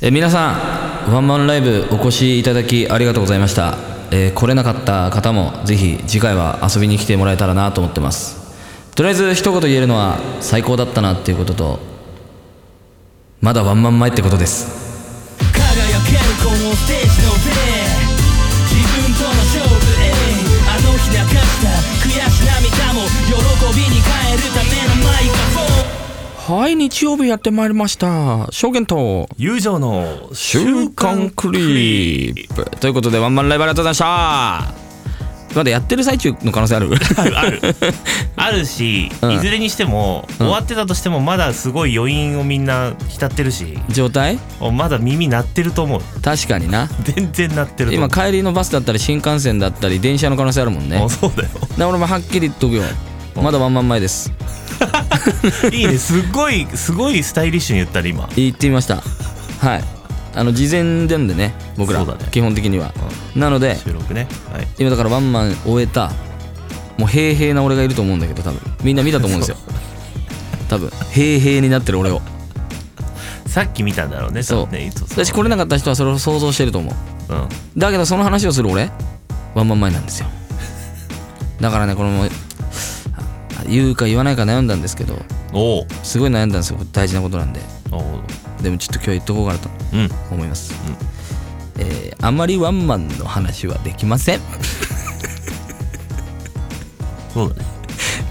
えー皆さんワンマンライブお越しいただきありがとうございました、えー来れなかった方もぜひ次回は遊びに来てもらえたらなと思ってますとりあえず一言言えるのは最高だったなっていうこととまだワンマン前ってことです輝けるこのステージの上自分との勝負へあの日流した悔し涙も喜びに変えるためのマイクロフォンはい、日曜日やってまいりました。証言と、友情の週刊クリープ。ということでワンマンライブありがとうございましたまだやってる最中の可能性 あるあるあるあるし、うんいずれにしても、終わってたとしてもまだすごい余韻をみんな浸ってるし 状態まだ耳鳴ってると思う確かにな全然鳴ってると今思う帰りのバスだったり新幹線だったり電車の可能性あるもんねあそうだよだから俺もはっきり言っとくよまだワンマン前ですいいねすごいすごいスタイリッシュに言ったね今言ってみましたはいあの事前なんでね僕ら、そうだね基本的には、なので収録ねはい今だからワンマン終えたもう平平な俺がいると思うんだけど多分みんな見たと思うん ですよ多分平平になってる俺をさっき見たんだろうねそう多分ねいつ私来れなかった人はそれを想像してると思ううんだけどその話をする俺ワンマン前なんですよだからねこのあ言うか言わないか悩んだんですけどおうすごい悩んだんですよ大事なことなんでおうでもちょっと今日言っとこうかなとうん思います、えーあまりワンマンの話はできません そうだね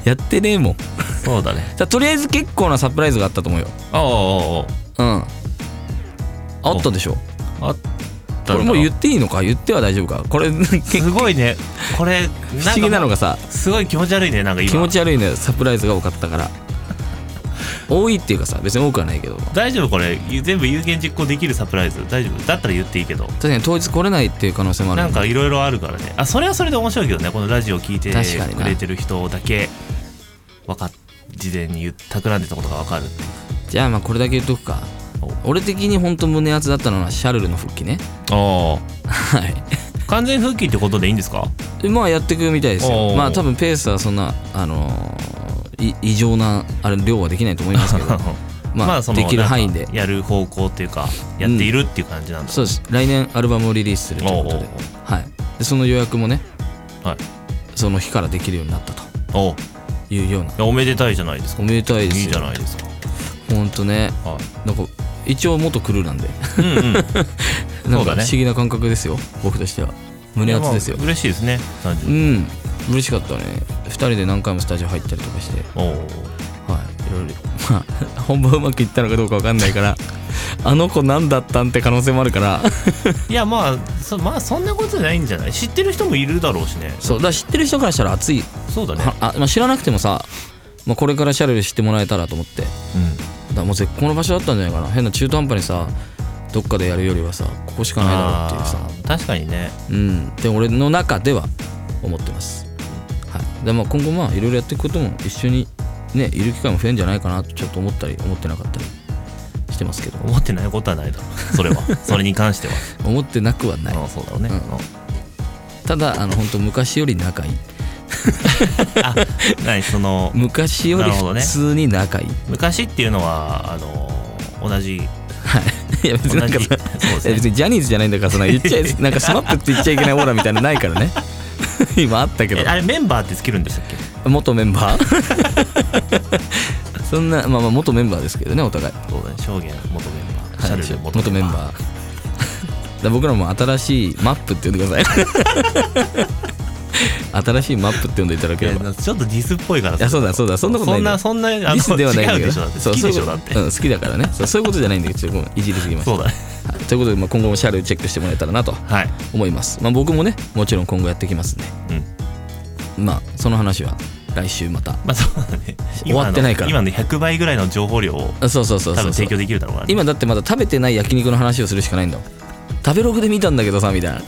やってねえもんそうだねさあとりあえず結構なサプライズがあったと思うよあああうんあったでしょああったこなれもう言っていいのか言っては大丈夫かこれ結すごいねこれ不思議なのががさすごい気持ち悪いねなんか今気持ち悪いねサプライズが多かったから多いっていうかさ別に多くはないけど大丈夫これゆ全部有言実行できるサプライズ大丈夫だったら言っていいけど確かに当日来れないっていう可能性もあるなんかいろいろあるからねあそれはそれで面白いけどねこのラジオ聞いて確かになくれてる人だけわかっ事前に言ったくらんでたことがわかるってじゃあまあこれだけ言っとくか俺的に本当胸熱だったのはシャルルの復帰ね あはいあ完全復帰ってことでいいんですかまあやっていくみたいですおよーまあ多分ペースはそんなあのーい異常なあれ量はできないと思い ますけど まあ、できる範囲でやる方向っていうかやっているっていう感じなんだ、そうです来年アルバムをリリースするということおうおでうおうはい、でその予約もねはいその日からできるようになったとおういうようないやおめでたいじゃないですかおめでたいですいよいじゃないですかほんとねはなんか一応元クルーなんでい、うんう んなんそうかだ不ね思議な感覚ですよ僕としては胸熱ですよまあ嬉しいですね単う純にん嬉しかったね2人で何回もスタジオ入ったりとかしておうはいいろいろまあ 本番うまくいったのかどうか分かんないから あの子何だったんって可能性もあるからいやまあそまあそんなことないんじゃない知ってる人もいるだろうしね そうだから知ってる人からしたら熱いそうだねはあ、まあ、知らなくてもさ、まあ、これからシャルル知ってもらえたらと思ってだかうんらもう絶好の場所だったんじゃないかな変な中途半端にさどっかでやるよりはさここしかないだろうっていうさあー確かにねうんで俺の中では思ってます、はい、でまあ今後まあいろいろやっていくことも一緒にねいる機会も増えるんじゃないかなとちょっと思ったり思ってなかったりしてますけど思ってないことはないだろう それはそれに関しては思ってなくはないああそうだろうね、うんただあの本当昔より仲いいあ何その昔よりなるほど普ね通に仲いい、昔っていうのはあの同じはいいや別同になんじかそうさですいや別ねにジャニーズじゃないんだからそんな言っちゃいなんかスマップって言っちゃいけないオーラみたいなのないからね今あったけえどあれメンバーってつけるんでしたっけ元メンバー そんなまあまあ元メンバーですけどねお互いそうだね証言元メンバー、シャルル元メンーバーだから僕らも新しいマップって呼んでくださ い新しいマップって呼んでいただければいやちょっとディスっぽいからいやそうだそうだそんなことないそんんだよなそリスんなあのではないんだ違けどうでしょだって好きでしょだってそうそういうことうん、好きだからねそうそういうことじゃないんだけどちょっとごめんいじりすぎましたそうだねはいということで、まあ、今後もシャルチェックしてもらえたらなとはい思います、まあ、僕もねもちろん今後やってきますんでうんまあその話は来週またまあそうだね終わってないから今の今の100倍ぐらいの情報量をあそうそうそう多そう分そう提供できるだろうからね今だってまだ食べてない焼肉の話をするしかないんだもん食べログで見たんだけどさみたい な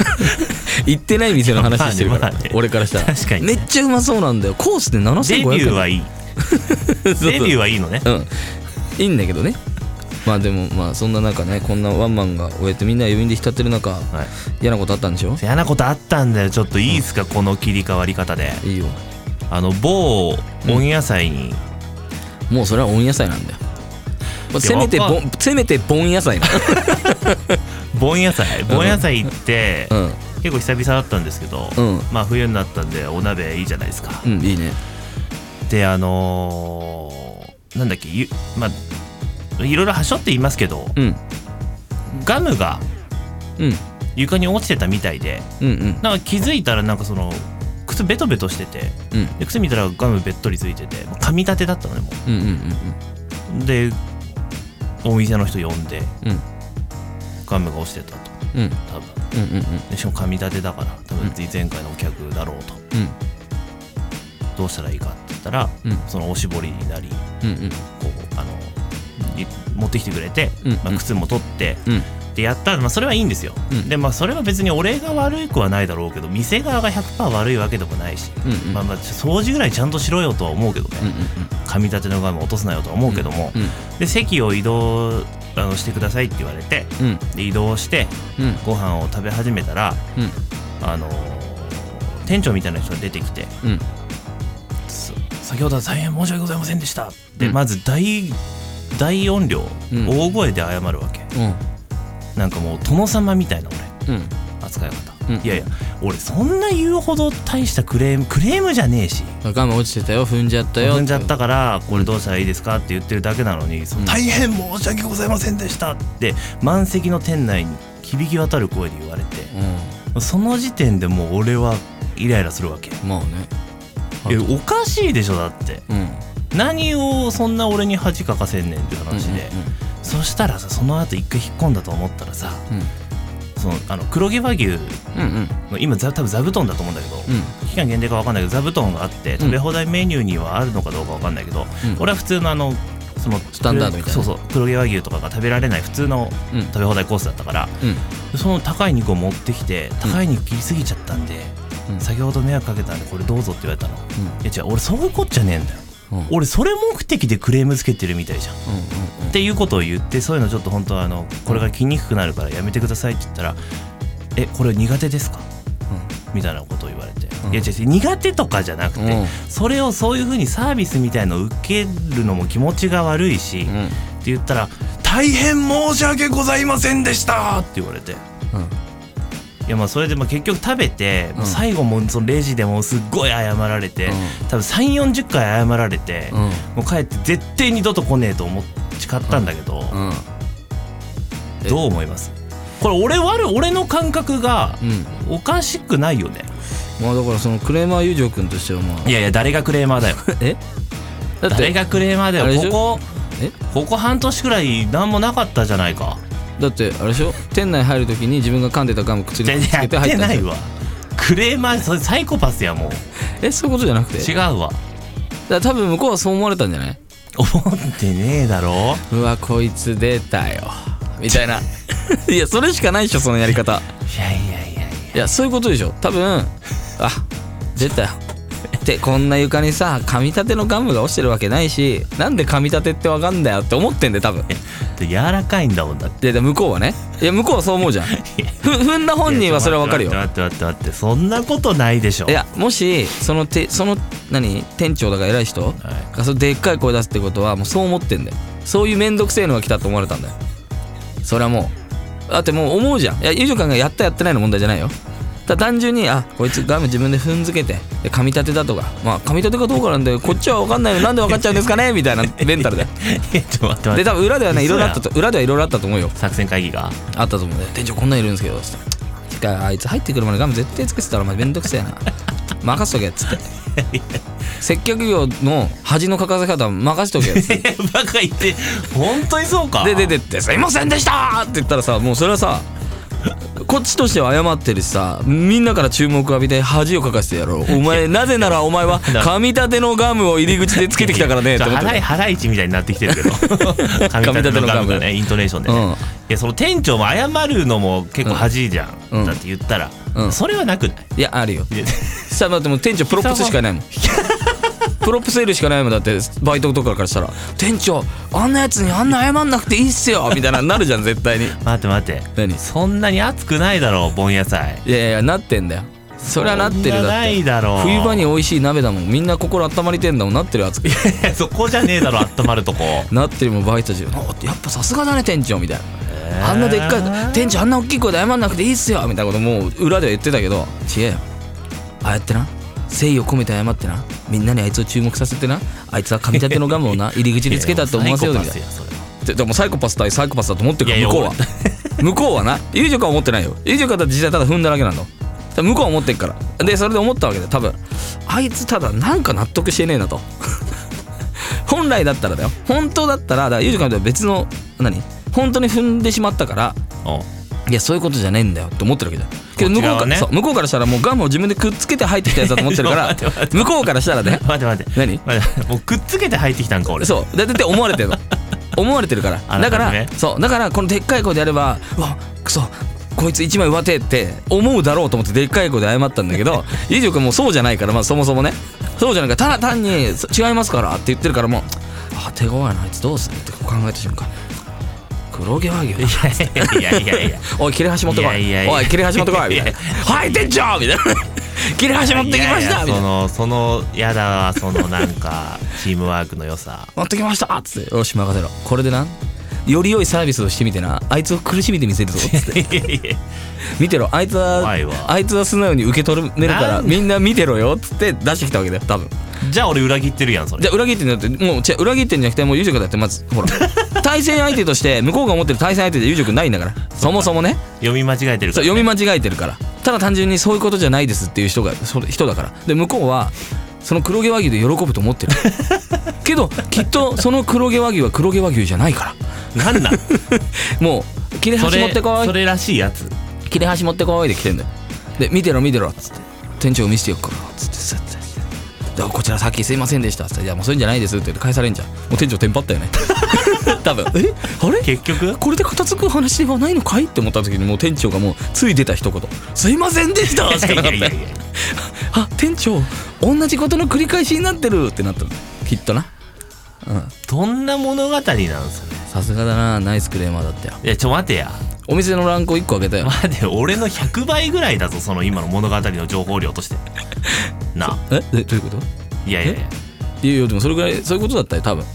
行ってない店の話してるから、まあねまあね俺からしたら確かにめねっちゃうまそうなんだよコースで7500デ円ビューはいい そうそうデビューはいいのねうんいいんだけどねまあでもまあそんな中ねこんなワンマンが終えてみんな余韻で浸ってる中、はい嫌なことあったんでしょ嫌なことあったんだよちょっといいですか、この切り替わり方でいいよあの某温野菜に、もうそれは温野菜なんだよまあせめてやぼばんせめて盆野菜な盆野菜盆野菜って、うん結構久々だったんですけど、うんまあ冬になったんでお鍋いいじゃないですか、うんいいねであのーなんだっけゆまあいろいろはしょって言いますけど、うんガムがうん床に落ちてたみたいでうんうんなんか気づいたらなんかその靴ベトベトしててうんで靴見たらガムべっとりついててもう噛み立てだったのねもうんうんうでお店の人呼んでうんうんガムが落ちてたとうん多分うんうんでしかも噛み立てだから多分前回のお客だろうと、うんどうしたらいいかって言ったら、うんそのおしぼりになりうんうんこうあのい持ってきてくれて、うんまあ、靴も取って、うんでやったら、まあ、それはいいんですよ、うんでまあそれは別に俺が悪くはないだろうけど店側が100%悪いわけでもないし、うんうんまあ、まあ掃除ぐらいちゃんとしろよとは思うけどね、うん噛み立てのガム落とすなよとは思うけども、うんで席を移動あのしてくださいって言われてうんうんで移動してうんうんご飯を食べ始めたらうんあの店長みたいな人が出てきてうん「す先ほどは大変申し訳ございませんでした」で、うんまず大大音量、うん大声で謝るわけなんかもう殿様みたいな俺うん扱い方、うんいやいや俺そんな言うほど大したクレームクレームじゃねえしガム落ちてたよ踏んじゃったよ踏んじゃったからこれどうしたらいいですかって言ってるだけなのに「その大変申し訳ございませんでした」って満席の店内に響き渡る声で言われてうその時点でもう俺はイライラするわけんまあねえおかしいでしょだってうん何をそんな俺に恥かかせんねんっていう話で、そしたらさその後一回引っ込んだと思ったらさうんそのあの黒毛和牛うんうんの今ざ多分座布団だと思うんだけど、期間限定か分かんないけど座布団があって食べ放題メニューにはあるのかどうか分かんないけど、うん俺は普通のあのそのスタンダードみたいなそうそう黒毛和牛とかが食べられない普通のうん食べ放題コースだったから、うんその高い肉を持ってきて高い肉切りすぎちゃったんで、うん先ほど迷惑かけたんでこれどうぞって言われたの、んいや違う俺そういうこっちゃねえんだようんうん俺それ目的でクレームつけてるみたいじゃん、っていうことを言ってそういうのちょっと本当はあのこれがきにくくなるからやめてくださいって言ったら「えこれ苦手ですかみたいなことを言われて、んいや違う違う苦手とかじゃなくて、うんそれをそういうふうにサービスみたいのを受けるのも気持ちが悪いし、うんっうんて言ったら「大変申し訳ございませんでした!」って言われて。うんいやまあそれでまあ結局食べて、もううん最後もそのレジでもうすっごい謝られて、うん多分3 4 0回謝られて、うんもう帰って絶対二度と来ねえと思って誓ったんだけど、うんえどう思いますこれ俺悪い俺の感覚がうんおかしくないよね、まあだからそのクレーマー友情君としてはまあいやいや誰がクレーマーだよえだっ誰てがクレーマーだあれでしよょここえここ半年くらい何もなかったじゃないかだってあれでしょ店内入るときに自分が噛んでたガム口にく全っつ然やけってて入ったんなでいしょわクレーマーそれサイコパスやもうえそういうことじゃなくて違だかうわら多分向こうはそう思われたんじゃない思ってねえだろうわこいつ出たよみたいな いやそれしかないでしょそのやり方いやいやいやいやいやそういうことでしょ多分あ出たよでこんな床にさ噛みたてのガムが落ちてるわけないしなんで噛みたてってわかんだよって思ってんだよ多分で柔らかいんだもんだっいてやで向こうはね いや向こうはそう思うじゃんふ踏んだ本人はそれはわかるよいやちょ待って待って待って待ってそんなことないでしょいやもしそのてその何店長だから偉い人いがそのでっかい声出すってことはもうそう思ってんだよそういう面倒くせえのが来たと思われたんだよそれはもうだってもう思うじゃんいや友情感がやったやってないの問題じゃないよただ単純にあこいつガム自分で踏んづけてで噛み立てだとかまあ噛み立てかどうかなんでこっちは分かんないのなんで分かっちゃうんですかねみたいなメンタル でいやちょっと待って待でって多分裏ではねいろいろあったと裏ではいろいろあったと思うよ作戦会議が あったと思うんで店長こんなんいるんですけどつっててかあいつ入ってくるまでガム絶対つけてたらお前めんどくせえな任せとけっつって接客業の恥のかかせ方任せとけっつ ってえバカ言って本当にそうかで出てって「すいませんでした!」って言ったらさもうそれはさこっちとしては謝ってるしさみんなから注目浴びて恥をかかせて やろうお前なぜならお前は噛み立てのガムを入り口でつけてきたからねっちてょっ思とってハラるイハライチみたいになってきてるけ ど 髪型のガムがねイントネーションでね、うんいやその店長も謝るのも結構恥じゃん、うんだって言ったら、うんそれはなくないいやあるよいやさあだってもう店長プロップスしかい ないもんプロップス得るしかないもんだってバイトとかからしたら「店長あんなやつにあんな謝んなくていいっすよ」みたいななるじゃん絶対に待って待って何そんなに熱くないだろう盆野菜いやいやなってんだよそりゃなってるだそっんてなないだろう冬場に美味しい鍋だもんみんな心温まりてんだもんなってるやつそこじゃねえだろ温まるとこなってるもんバイト中おやっぱさすがだね店長みたいなあんなでっかい店長あんな大きい声で謝んなくていいっすよみたいなこともう裏では言ってたけど違えよああやってな誠意を込めて謝ってなみんなにあいつを注目させてなあいつは噛み立てのガムを な入り口につけたって思わせようぜみたいなででもサイコパス対サイコパスだと思ってるかいらや向いこうやは 向こうはな友情かは思ってないよ友情かだって実際ただ踏んだだけなんだもんだから向こうは思ってっからでそれで思ったわけで多分あいつただなんか納得してねえなと 本来だったらだよ本当だったらだから友情かとは別の何本当に踏んでしまったからいやそういうことじゃねえんだよって思ってるわけじゃんけど向こうこっち側かはねそう向こうからしたらもうガムを自分でくっつけて入ってきたやつだと思ってるかいら や待って待って向こうからしたらね待って待って何待ってもうくっつけて入ってきたんか俺そうだって思われ てるの思われてるからあだらか、からじめそうだからこのでっかい声でやればうわクソこいつ一枚上手って思うだろうと思ってでっかい声で謝ったんだけ どゆうじょうくんもうそうじゃないからまあそもそもねそうじゃないからただ単にそ違いますからって言ってるからもうあ手強いなあいつどうするってこう考えた瞬間黒毛和牛だいやいやいやいやおい切れ端持ってこいいやいやいやおい切れ端持ってこいみたいいやないやはい店長みたいな切れ端持ってきましたみいやいやたいなそのそのやだわそのなん かチームワークの良さ持ってきましたっつってよし任せろこれでなより良いサービスをしてみてなあいつを苦しみてみせるぞっつって見てろあいつは怖いわあいつは素直に受け取れるからなんみんな見てろよっつって出してきたわけだよ多分じゃあ俺裏切ってるやんそれじゃあ裏切ってんだってもう違う裏切ってんじゃなくてもうゆうじょくんだってまずほら対戦相手として向こうが思ってる対戦相手でゆうじょくんないんだからそもそもね読み間違えてるかそうら読み間違えてるからただ単純にそういうことじゃないですっていう人がそれ人だからで向こうはその黒毛和牛で喜ぶと思 ってるけどきっとその黒毛和牛は黒毛和牛じゃないからな んなんもう切れそ端持れってこそいれらしいやつ切れ端持ってこいで来てんだよで見てろ見てろっつって店長見せてよこからっつってスッてでこちらさっきすいませんでしたっつっていやもうそういうんじゃないですって言って返されんじゃんもう店長テンパ ったよね多分えあれ結局これで片付く話ではないのかいって思った時にもう店長がもうつい出た一言「すいませんでした」しかなかったいやよいやいやいやあ店長同じことの繰り返しになってるってなったのきっとなどんな物語なんそれいさすがだなナイスクレーマーだったよやちょ待てやお店のランクを1個上げたよ待て俺の100倍ぐらいだぞその今の物語の情報量と してなあええどういうこといやいやいいややいやでもそれぐらいそういうことだったよ多分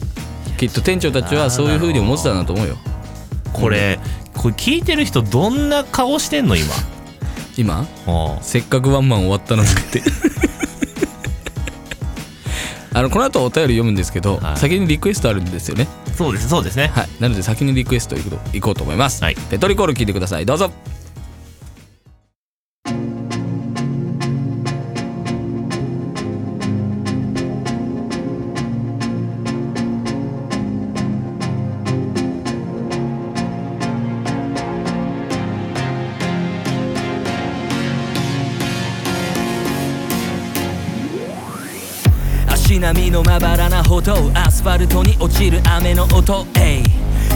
きっと店長たちはそういうふうに思ってたんだと思うよこれこれ聞いてる人どんな顔してんの今今おうせっかくワンマン終わったのにって あのこの後お便り読むんですけど、はい先にリクエストあるんですよねそうですそうですねはい、なので先にリクエストいくといこうと思います、はいペトリコール聞いてくださいどうぞ足並みのまばらな歩道アスファルトに落ちる雨の音えい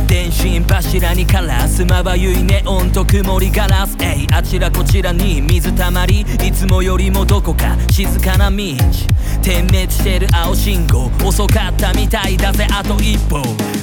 電信柱にカラスまばゆいネオンと曇りガラスえいあちらこちらに水たまりいつもよりもどこか静かな道点滅してる青信号遅かったみたいだぜあと一歩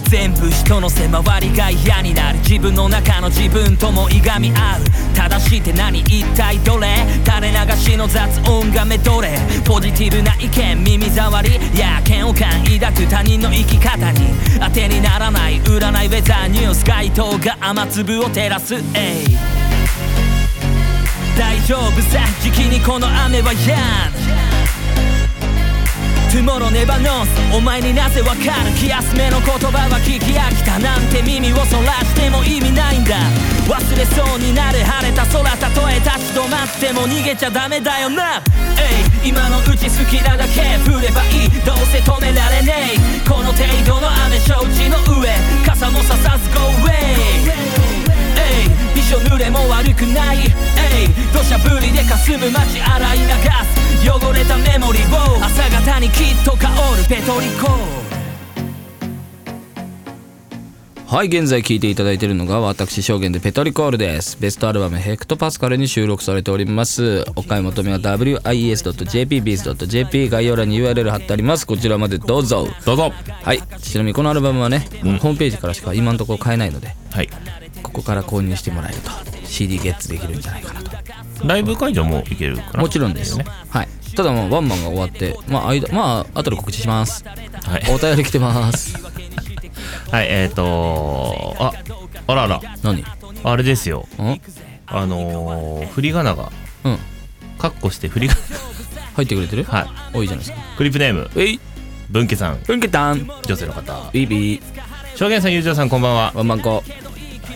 全部人の狭回りが嫌になる自分の中の自分ともいがみ合う正しいって何一体どれ垂れ流しの雑音がメドレーポジティブな意見耳障りいや嫌悪感抱く他人の生き方に当てにならない占いウェザーニュース街灯が雨粒を照らすえい大丈夫さ時期にこの雨はやむ Tomorrow never knows お前になぜわかる気休めの言葉は聞き飽きたなんて耳をそらしても意味ないんだ忘れそうになる晴れた空たとえ立ち止まっても逃げちゃダメだよなえい今のうち好きなだけ振ればいいどうせ止められねえこの程度の雨承知の上傘もささず Go away えいびしょ濡れも悪くないえい土砂降りで霞む街洗い流す汚れたメモリを朝方にきっと香るペトリコはい現在聴いていただいているのが私証言でペトリコールですベストアルバム「ヘクトパスカル」に収録されておりますお買い求めは wies.jpbees.jp 概要欄に URL 貼ってありますこちらまでどうぞどうぞはいちなみにこのアルバムはね、ホームページからしか今のところ買えないのではいここから購入してもらえると CD ゲッツできるんじゃないかなとライブ会場も行けるかなもちろんです、ねはい、ただまあワンマンが終わってまあ間まあ後で告知しますはい、お便り来てますはい、えっ、ー、とああらら何んあれですようんあのー、振り仮名がカッコして振り仮入ってくれてる名はい多いじゃないですかクリップネームえい文家さんうんけたん女性の方ビビ証言さん友情さんこんばんはワンマンコ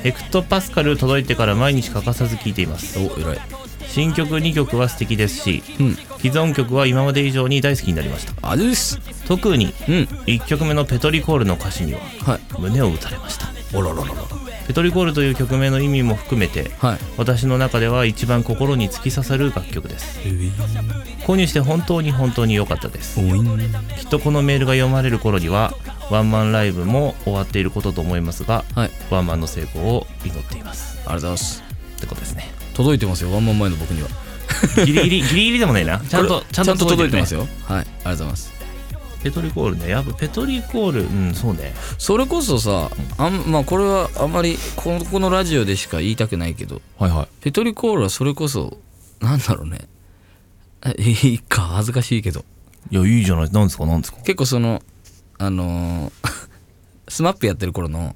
ヘクトパスカル届いてから毎日欠かさず聞いていますお偉い新曲2曲は素敵ですしうん既存曲は今まで以上に大好きになりましたあずです特にうん1曲目の「ペトリコール」の歌詞にははい胸を打たれましたおららららペトリコールという曲名の意味も含めてはい私の中では一番心に突き刺さる楽曲です購入して本当に本当に良かったですおいんきっとこのメールが読まれる頃にはワンマンライブも終わっていることと思いますがはいワンマンの成功を祈っていますありがとうございますってことですね届いてますよワンマン前の僕にはギリギ リギリギリでもないなちゃんとこれちゃんと届いてるねますよはいありがとうございますペトリコールねやっぱペトリコールうんそうねそれこそさあんまあこれはあんまりここのラジオでしか言いたくないけどはいはいペトリコールはそれこそなんだろうねえいいか恥ずかしいけどいやいいじゃないなんですかなんですか結構そのあのー、 スマップやってる頃の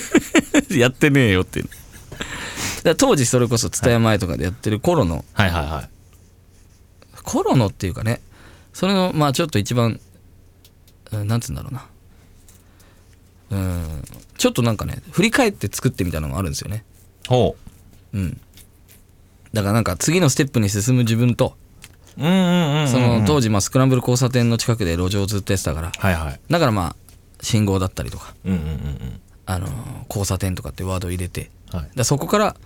やってねえよっていうだから当時それこそ蔦屋前とかでやってる頃の、はいはいはい頃のっていうかねそれのまあちょっと一番うんなんつうんだろうなうんちょっとなんかね振り返って作ってみたのがあるんですよねほううんだからなんか次のステップに進む自分とうんうんうんうんその当時まあスクランブル交差点の近くで路上をずっとやってたからはいはいだからまあ信号だったりとか、うんうんうんうんあのー交差点とかってワードを入れてだかはいらそこから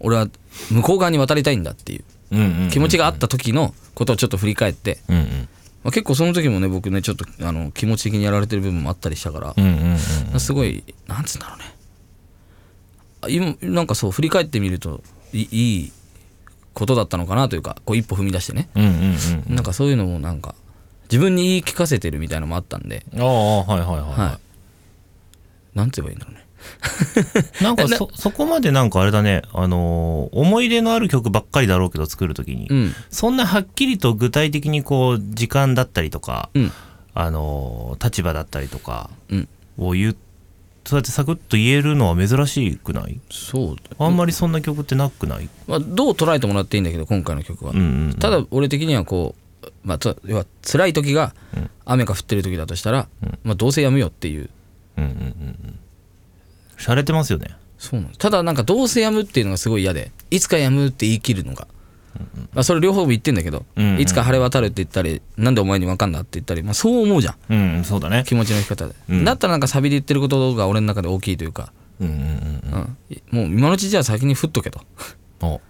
俺は向こう側に渡りたいんだっていううんうんうん気持ちがあった時のことをちょっと振り返って、うんうんまあ、結構その時もね僕ねちょっとあの気持ち的にやられてる部分もあったりしたから、うんうんうんすごいなんつうんだろうねあ今なんかそう振り返ってみるといいいことだったのかなというかこう一歩踏み出してね、うんうんうんなんかそういうのもなんか自分に言い聞かせてるみたいなのもあったんで、ああはいはいはい、はいなんて言えばいいんだろうねなんかそそこまでなんかあれだね、あのー思い入れのある曲ばっかりだろうけど作るときに、うんそんなはっきりと具体的にこう時間だったりとか、うんあのー立場だったりとかうんを言うそうやってサクッと言えるのは珍しくないそうだあんまりそんな曲ってなくない、まあ、どう捉えてもらっていいんだけど今回の曲は、うんうん、ただ俺的にはこう、まあ、つ要は辛い時がうん雨が降ってる時だとしたら、うんまあ、どうせやめようっていううんうんうんうん洒落てますよねそうなんですただなんかどうせやむっていうのがすごい嫌でいつかやむって言い切るのが、まあ、それ両方も言ってんだけど、うんうんいつか晴れ渡るって言ったりなんでお前に分かんだって言ったり、まあ、そう思うじゃんうんそうだね気持ちの生き方で、うんだったらなんかサビで言ってることが俺の中で大きいというか、うんうんうんうんもう今のうちじゃあ先に振っとけ とも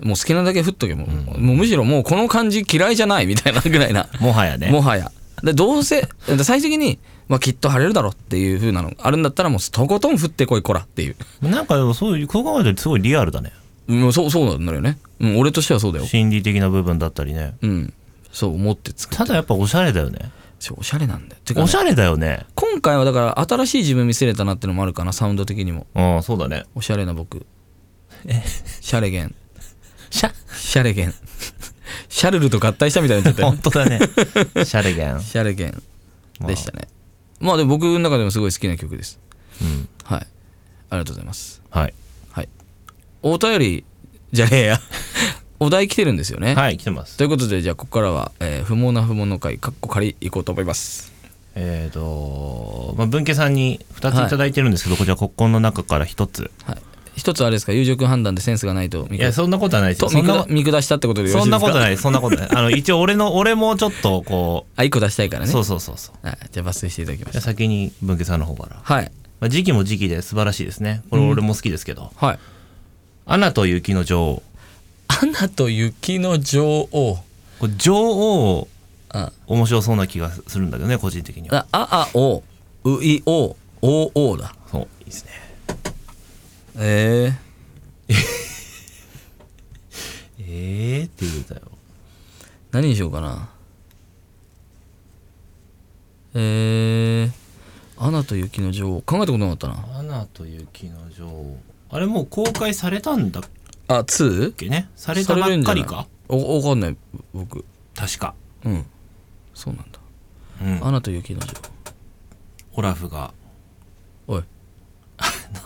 もう好きなだけ振っとけもう,、もうむしろもうこの感じ嫌いじゃないみたいなぐらいなうもはやねもはや。でどうせで最終的に、まあ、きっと晴れるだろうっていう風なのがあるんだったらもうとことん降ってこいこらっていうなんかでもそういうこう考えるとすごいリアルだねもうそうそうなんだよね、うん、俺としてはそうだよ、心理的な部分だったりねうん、そう思って作ただやっぱおしゃれだよねそうおしゃれなんだよてかねおしゃれだよね今回はだから新しい自分見せれたなってのもあるかなサウンド的にもうんそうだねおしゃれな僕シャレゲンシャシャレゲンシャルルと合体したみたいになっちゃった 本よ当だねシャレゲン、シャレゲンでしたねまあでも僕の中でもすごい好きな曲ですうん、はいありがとうございますはいはい。お便りじゃねえや。 お題来てるんですよね。はい来てますということで、じゃあ、ここからは、えー不毛な不毛の会、かっこ仮いこうと思います。えーと、まあ、文家さんに2ついただいてるんですけど、こちら国根の中から1つはい。一つあれですか、友情君判断でセンスがないと見い下やそんなことはないですとよそ見んな下見下したってことでよろしそいでんなすかことないそんなことないあ の一応俺の俺もちょっとこあ、一個出したいからう、ね。そうそうそうそうはい、じゃあ、抜粋していただきまじゃあす。先に文家さんの方から、はい。まあ、時期も時期で素晴らしいですねこれ俺も好きですけど、はい。アナと雪の女王アナと雪の女王。これ女王あ、面白そうな気がするんだけどね個人的にはあ、あ、あお、ういお、おおだ。そういいですねえええー、って言うたよー、何にしようかな。えー、アナと雪の女王。考えたことなかったな。アナと雪の女王あれもう公開されたんだっけああ 2? けねされたばっかりかおわかんない僕確か、うんそうなんだう「んアナと雪の女オラフが王」おい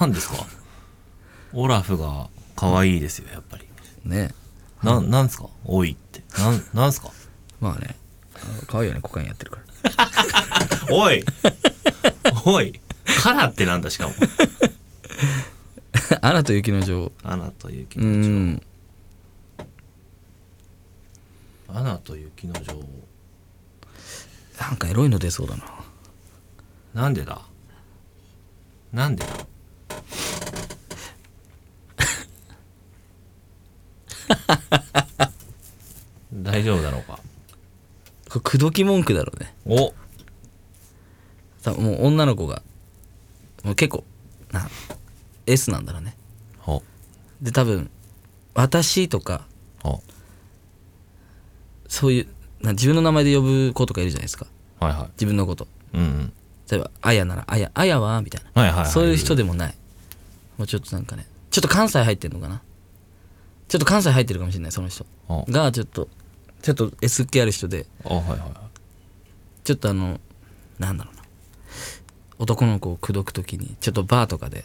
何ですかオラフが可愛いですよやっぱりねななんですか多いってなんなんですかまあねあの可愛いよね股間やってるからお いおいカラってなんだしかも 「アナと雪の女王アナと雪」うの女ん王アナと雪の女王なんかエロいの出そうだななんでだなんでだ 大丈夫だろうかこれ口説き文句だろうねお多分もう女の子がもう結構な S なんだろうねほで多分「私」とかほそういうな自分の名前で呼ぶ子とかいるじゃないですかはいは自分のこというんうん例えば「あや」なら「あや」「あやは?」みたいな、はいはいはいそういう人でもないもうちょっとなんかねちょっと関西入ってんのかなちょっと関西入ってるかもしれないその人あがちょっとちょっと S っ気ある人であはいはいはいちょっとあのなんだろうな男の子を口説くときにちょっとバーとかで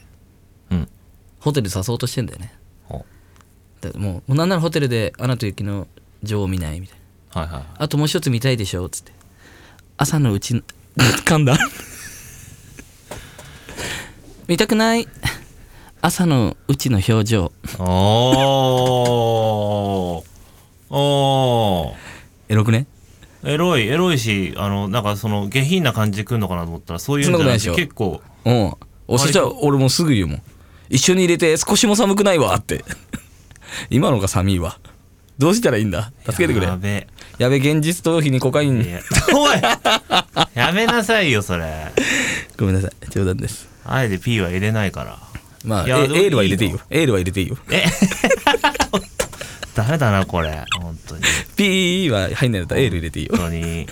うんホテル誘おうとしてんだよねほだもうもうなんならホテルで「アナと雪の女王」見ないみたいなはいはいはいあともう一つ見たいでしょっつって朝のうちの 噛んだ見たくない朝のうちの表情おーおーエロくねエロいエロいしあのなんかその下品な感じで来るのかなと思ったらそういうんじそゃんななことないいでしょ結構うんおそしたら割俺もうすぐ言うもん一緒に入れて少しも寒くないわって 今のが寒いわどうしたらいいんだ助けてくれやべえやべ現実逃避にコカイいンやおいやめなさいよそれごめんなさい冗談ですあえて P は入れないからまあいえエやでもールは入れていいよエールは入れていいよえ ダメだなこれ本当にピーは入んないんだったらエール入れていいよ本当に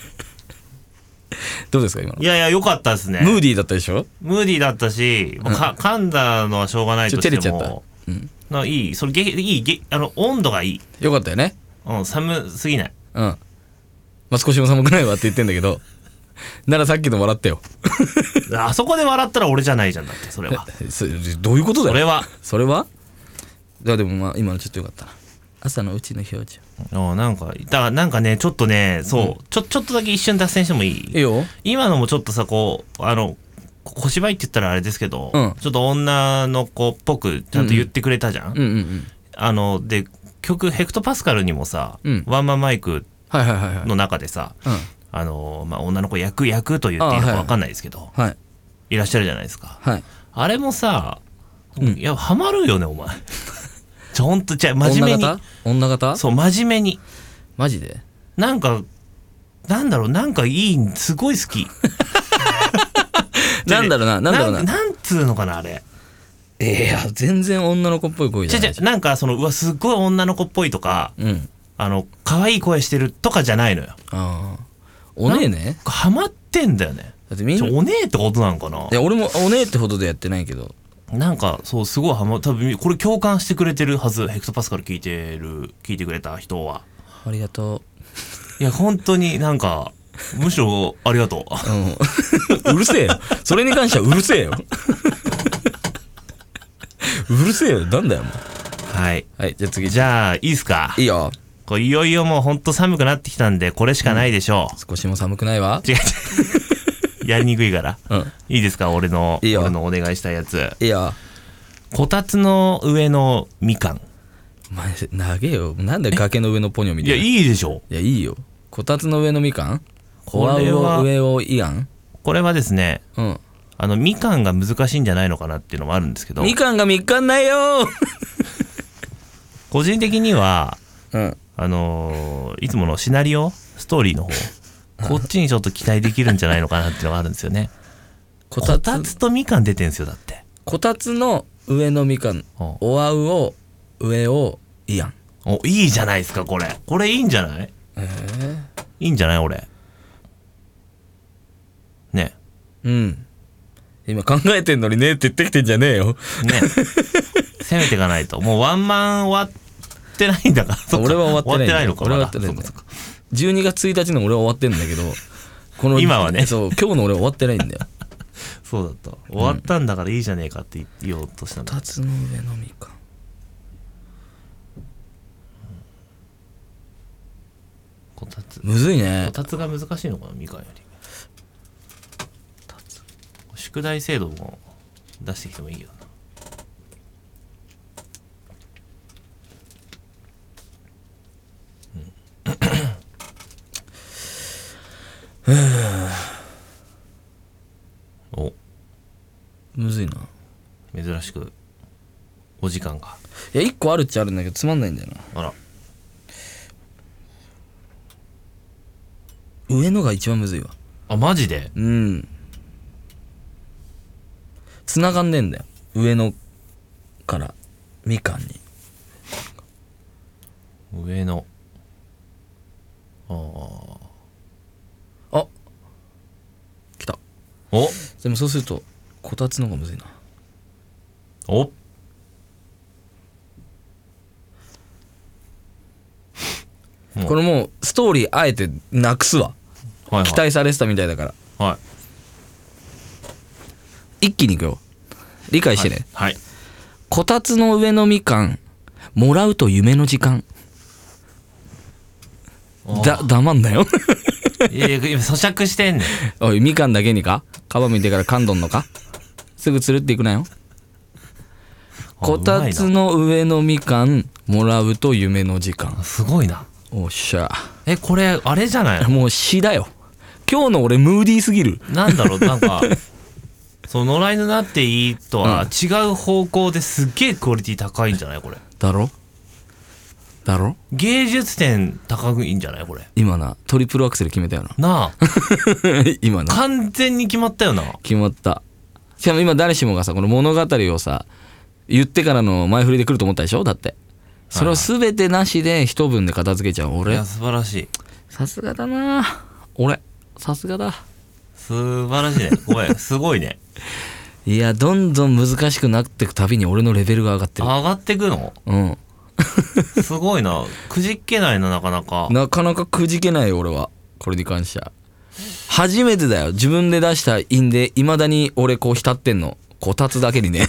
どうですか今のいやいや良かったですねムーディーだったでしょムーディーだったし、もうか噛んだのはしょうがないちょとっと照れしちてゃったも、うん、ないいそれげいいげあの温度がいい、よかったよねうん、寒すぎないうんまあ少しも寒くないわって言ってんだけどならさっきの笑ったよあそこで笑ったら俺じゃないじゃんだってそれはそどういうことだそよれは それはいやでもまあ今のちょっとよかったな朝のうちの表情うんなんかだからなんかねちょっとねそう、ちょちょっとだけ一瞬脱線してもいいいいよ今のもちょっとさこうあのこ小芝居って言ったらあれですけど、うんちょっと女の子っぽくちゃんと言ってくれたじゃん、うんうんうんあので曲「ヘクトパスカル」にもさ、うんワンマンマイクはいはいはいはいの中でさ、うんあのまあ、女の子役役と言っていいのか分かんないですけど、はいい、らっしゃるじゃないですかはいあれもさ、うんいやハマるよねお前 ちょほんとじゃあ真女面目に型女型そう真面目にマジでなんかなんだろうなんかいいすごい 好きなんだろうななんだろうななんつうのかなあれいや全然女の子っぽい声じじゃゃなじいゃなんかそのうわすっごい女の子っぽいとかうんあの可愛い声してるとかじゃないのよああおねえねハマってんだよねだってみんちなょいおねえってことなのかなや俺もおねえってほどでやってないけどなんかそうすごいハマ多分これ共感してくれてるはずヘクトパスカル聞いてる聞いてくれた人はありがといや本当になんかむしろありがとうう、うん、う るせえよそれに関してはうるせえよ うるせえよなんだよもうはいはいじゃあ次じゃあいいっすかいいよこれいよいよもう本当寒くなってきたんでこれしかないでしょ少しも寒くないわう、違う 違うやりにくいからうんいいですか俺のいいよ俺のお願いしたやついいよこたつの上のみかんお前長えよなんで崖の上のポニョみいたやいないいでしょいやいいよこたつの上のみかんここれれはは上をいやんこれはですねうんあのみかんが難しいんじゃないのかなっていうのもあるんですけどみかんがみかんないよ個人的にはうんあのーいつものシナリオストーリーの方 こっちにちょっと期待できるんじゃないのかなっていうのがあるんですよねここたたつつとみかん出てんすよだってこたつの上のみかんおおあうを上をいやんおいいじゃないですかこれこれいいんじゃないえいいんじゃない俺ねうん今考えてんのにねって言ってきてんじゃねえよ ね攻めていかないともうワンマン終わってないんだからそっか俺は終わってないのか俺はま終だわってないんだよそっかそっか12月1日の俺は終わってんだけどこの今はねそう今日の俺は終わってないんだよそうだった終わったんだからいいじゃねえかって言おうとしたんだ二つの上のみかこたつむずいねこたつが難しいのかなみかんより宿題制度も出してきてもいいよなうんむずいなお珍しくお時間がいや1個あるっちゃあるんだけどつまんないんだよなあら上のが一番むずいわあマジでうん繋がんねえんだよ上のからみかんに上のあああ来たおでもそうするとこたつの方がむずいなおうんこれもうストーリーあえてなくすわはいはい期待されてたみたいだからは一気にいくよ理解いしてね、はいこたつの上のみかんもらうと夢の時間はいだ黙んなよいやいや今咀嚼してんね んおいみかんだけにか皮見てから噛んどんのかすぐつるっていくなよ あこたつの上のみかんもらうと夢の時間すごいなおっしゃえこれあれじゃないのもう詩だよ今日の俺ムーディーすぎるなんだろ うなんかその野良犬なっていいとは違う方向ですっげえクオリティ高いんじゃないこれだろだろ芸術点高いんじゃないこれ今なトリプルアクセル決めたよなな あ今な完全に決まったよな決まったしかも今誰しもがさこの物語をさ言ってからの前振りで来ると思ったでしょだってそれを全てなしで一文で片付けちゃうい俺や素晴らしいさすがだな俺さすがだ素晴らしいねごめんすごい ねいやどんどん難しくなってくたびに俺のレベルが上がってる上がってくのうんすごいなくじっけないななかなかなかなかくじけないよ俺はこれに関しては初めてだよ自分で出した印でいまだに俺こう浸ってんのこたつだけに ねね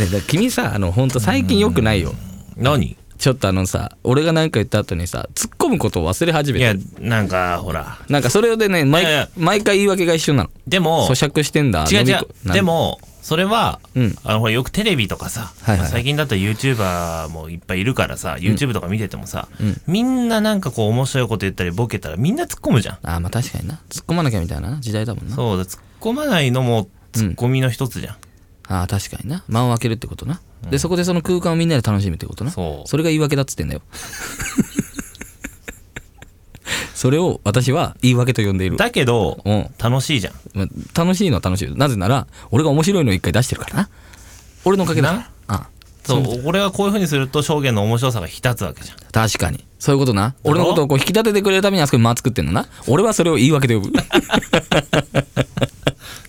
えだから君さあのほんと最近よくないよ何ちょっとあのさ俺が何か言った後にさ突っ込むことを忘れ始いめやてなんかほらなんかそれでね毎いやいや毎回言い訳が一緒なのでも咀嚼してんだ違う飲み違こうなんでもそれは、うんあのほらよくテレビとかさ、はいはいはい最近だったら YouTuber もいっぱいいるからさ YouTube とか見ててもさ、みんななんかこう面白いこと言ったりボケたらみんな突っ込むじゃんあーまあ確かにな突っ込まなきゃみたいなな時代だもんなそうだ突っ込まないのも突っ込みの一つじゃん、ああ確かにな間を空けるってことな、でそこでその空間をみんなで楽しむってことなそうれが言い訳だっつってんだよ それを私は言い訳と呼んでいるだけど、うん楽しいじゃんま楽しいのは楽しいよなぜなら俺が面白いのを一回出してるからな俺のおかげだなあそう俺はこういうふうにすると証言の面白さが浸つわけじゃん確かにそういうことな俺のことをこう引き立ててくれるためにあそこに間作ってんのな俺はそれを言い訳と呼ぶ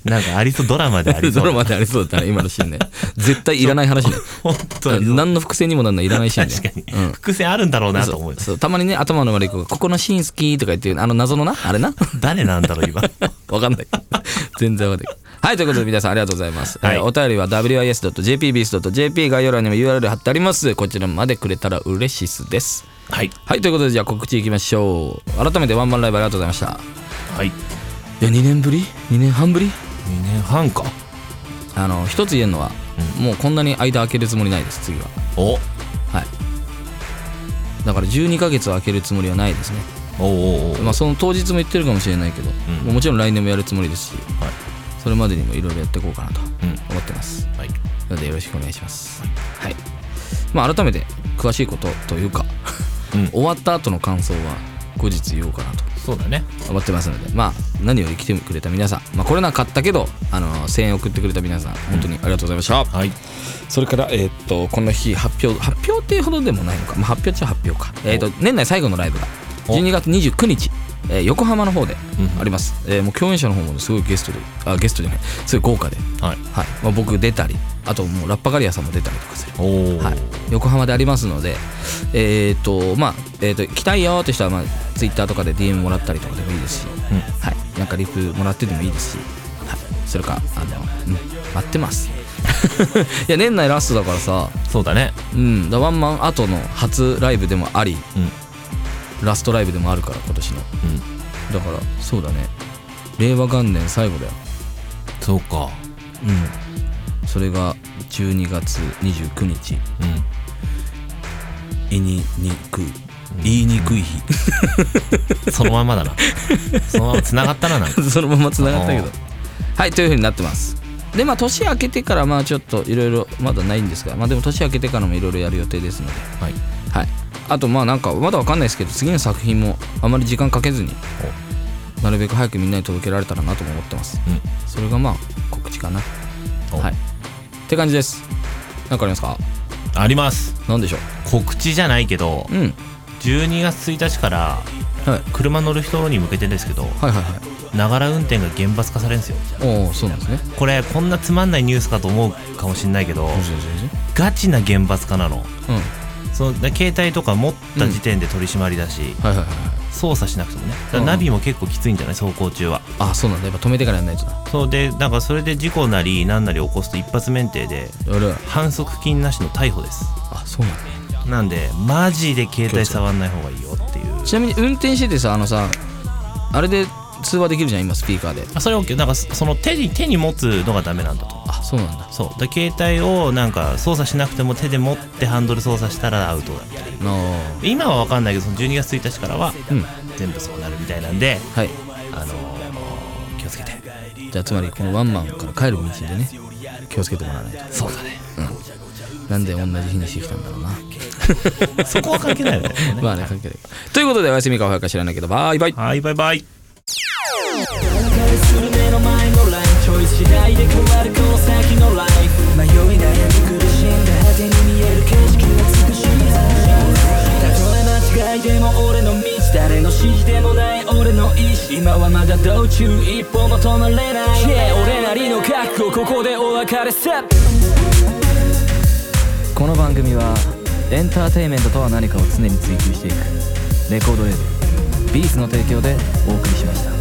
なんかありそうドラマでありそ ドうラマでありそうだったな今のシーンね絶対いらない話ね 本当に何の伏線にもなんないいらないシーンね確かに、伏線あるんだろうなと思うそうたまにね頭の悪い子が「ここのシーン好き」とか言ってあの謎のなあれな誰なんだろう 今わかんない 全然わかんないはいということで皆さんありがとうございます、はいえーお便りは wis.jpbs.jp 概要欄にも URL 貼ってありますこちらまでくれたら嬉しいっすですはいはいということでじゃあ告知いきましょう改めてワンマンライブありがとうございましたはい2いや2年ぶり2年半ぶり年半かあの一つ言えるのは、もうこんなに間空けるつもりないです次はおはいだから12ヶ月は空けるつもりはないですねおおうおうおうまあ、その当日も言ってるかもしれないけど、うんもちろん来年もやるつもりですし、はいそれまでにもいろいろやっていこうかなとう思ってます、んはいなのでよろしくお願いしますはい、まあ、改めて詳しいことというか、う ん終わった後の感想は後日言おうかなとそうだね思ってますのでまあ何より来てくれた皆さん、まあ、これなかったけど、あの声援送ってくれた皆さん本当にありがとうございました、はいそれから、えーっとこの日発表発表っていうほどでもないのか、まあ、発表っちゃ発表か、えーっと年内最後のライブが12月29日えー横浜の方でうんあります、えーもう共演者の方もすごいゲストであゲストじゃないすごい豪華で、はいはいまあ、僕出たりあともうラッパガリアさんも出たりとかするおお、はい、横浜でありますので、えーとまあえー、と来たいよって人は、まあ、Twitter とかで DM もらったりとかでもいいですし、んはい、なんかリプもらってでもいいですし、はい、それかあの、うん、待ってます いや年内ラストだからさ、そうだねうん、だからワンマン後の初ライブでもありうんうんラストライブでもあるから今年のだからそうだね令和元年最後だよそうかうんそれが12月29日うんいににくい言いにくい日そのまんまだなそのまま繋がったななんか そのまま繋がったけどあーはいというふうになってますでまあ年明けてからまあちょっといろいろまだないんですがまあでも年明けてからもいろいろやる予定ですのではいはいあとまあなんかまだわかんないですけど次の作品もあまり時間かけずになるべく早くみんなに届けられたらなとも思ってますうんそれがまあ告知かなおはいって感じですなんかありますかありますなんでしょ告知じゃないけどううん12月1日からはい車乗る人に向けてですけどはいはいはいながら運転が厳罰化されるんですよおおそうなんですねこれこんなつまんないニュースかと思うかもしれないけどガチな厳罰化なのうんそのだ携帯とか持った時点で取り締まりだし、はいはいはいはい操作しなくてもねうだからんナビも結構きついんじゃない走行中はあそうなんだやっぱ止めてからやんないとだそうでなんかそれで事故なりなんなり起こすと一発免停でやる反則金なしの逮捕ですあそうなんだなんでマジで携帯触んない方がいいよっていうちなみに運転しててさあのさあれで通話できるじゃん今スピーカーであそれは OK なんかそその手に手に持つのがダメなんだとあそうなんだそうだ携帯をなんか操作しなくても手で持ってハンドル操作したらアウトだったりな今は分かんないけどその12月1日からはうん全部そうなるみたいなんで、はいあのー気をつけてじゃあつまりこのワンマンから帰る道でね気をつけてもらわないとそうだねうんなんで同じ日にしてきたんだろうなそこは関係ないよね まあね関係ないということでおやすみかおはようか知らないけどバイバイはいバイバイする目の前のラインちょい次第で変わるこの先のライフ迷い悩み苦しんだ果てに見える景色が美しいたとえ間違いでも俺の道誰の指示でもない俺の意志今はまだ道中一歩も止まれない Yeah 俺なりの覚悟ここでお別れさこの番組はエンターテインメントとは何かを常に追求していくレコードレーベル「ビーズの提供でお送りしました。